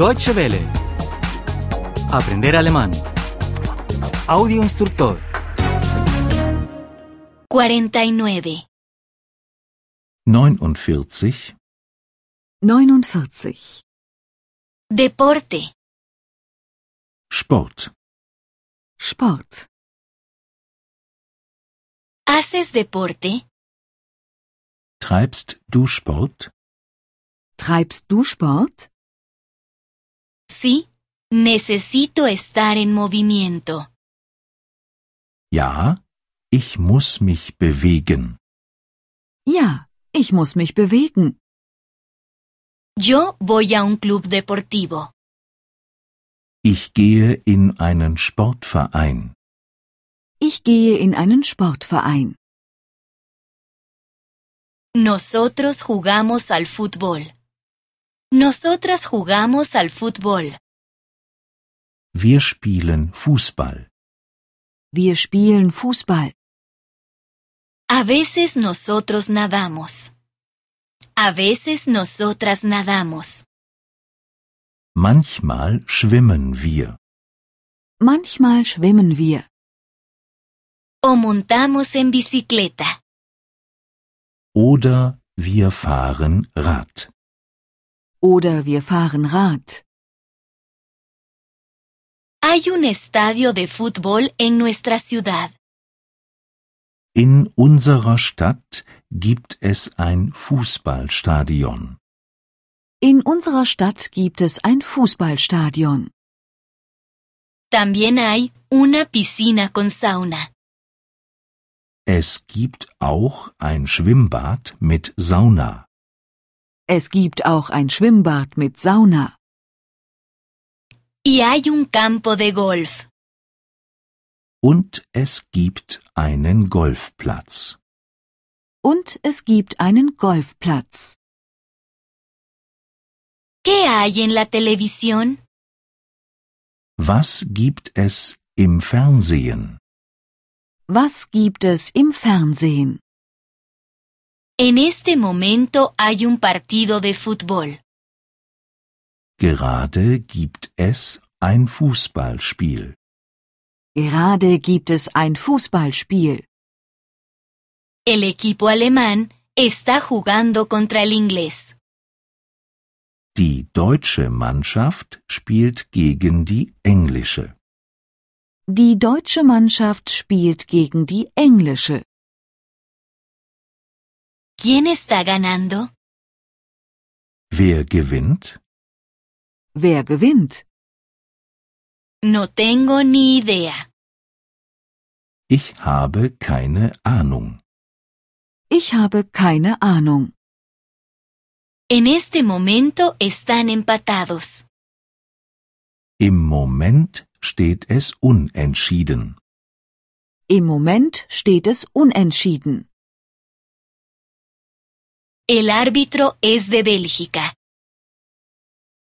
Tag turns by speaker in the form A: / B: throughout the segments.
A: Deutsche Welle. Aprender alemán. Audio instructor.
B: 49.
C: 49.
D: 49.
B: Deporte.
C: Sport.
D: Sport.
B: ¿Haces deporte?
C: Treibst du Sport?
D: Treibst du Sport?
B: Sí. Necesito estar en movimiento.
C: Ja, ich muss mich bewegen.
D: Ja, ich muss mich bewegen.
B: Yo voy a un club deportivo.
C: Ich gehe in einen Sportverein.
D: Ich gehe in einen Sportverein.
B: Nosotros jugamos al fútbol. Nosotras jugamos al fútbol.
C: Wir spielen Fußball.
D: Wir spielen Fußball.
B: A veces nosotros nadamos. A veces nosotras nadamos.
C: Manchmal schwimmen wir.
D: Manchmal schwimmen wir
B: O montamos en bicicleta.
C: Oder wir fahren Rad.
D: oder wir fahren Rad.
B: Hay un estadio de fútbol en nuestra ciudad.
C: In unserer Stadt gibt es ein Fußballstadion.
D: In unserer Stadt gibt es ein Fußballstadion.
B: También hay una piscina con sauna.
C: Es gibt auch ein Schwimmbad mit Sauna.
D: Es gibt auch ein Schwimmbad mit Sauna
B: Y hay un campo de golf.
C: Und es gibt einen Golfplatz.
D: und es gibt einen Golfplatz.
B: ¿Qué hay en la televisión?
C: Was gibt es im Fernsehen?
D: Was gibt es im Fernsehen?
B: En este momento hay un partido de fútbol.
C: Gerade gibt es ein Fußballspiel.
D: Gerade gibt es ein Fußballspiel.
B: El equipo alemán está jugando contra el inglés.
C: Die deutsche Mannschaft spielt gegen die englische.
D: Die deutsche Mannschaft spielt gegen die englische.
B: ¿Quién está ganando?
C: Wer gewinnt?
D: Wer gewinnt?
B: No tengo ni idea.
C: Ich habe keine Ahnung.
D: Ich habe keine Ahnung.
B: En este momento están empatados.
C: Im Moment steht es unentschieden.
D: Im Moment steht es unentschieden.
B: El árbitro es de Bélgica.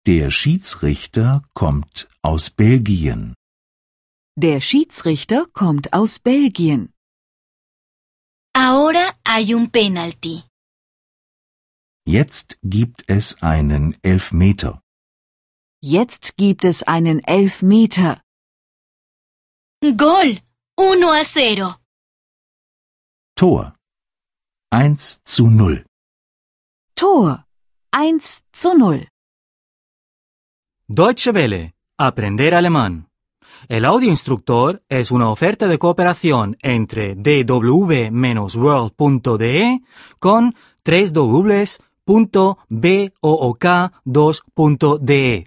C: Der Schiedsrichter kommt aus Belgien.
D: Der Schiedsrichter kommt aus Belgien.
B: Ahora hay un penalti.
C: Jetzt gibt es einen Elfmeter.
D: Jetzt gibt es einen Elfmeter.
B: ¡Gol! 1 a 0.
C: Tor. 1 zu 0.
D: Tor. 1 zu 0.
A: Deutsche Welle. Aprender alemán. El audio instructor es una oferta de cooperación entre dw-world.de con 3 2de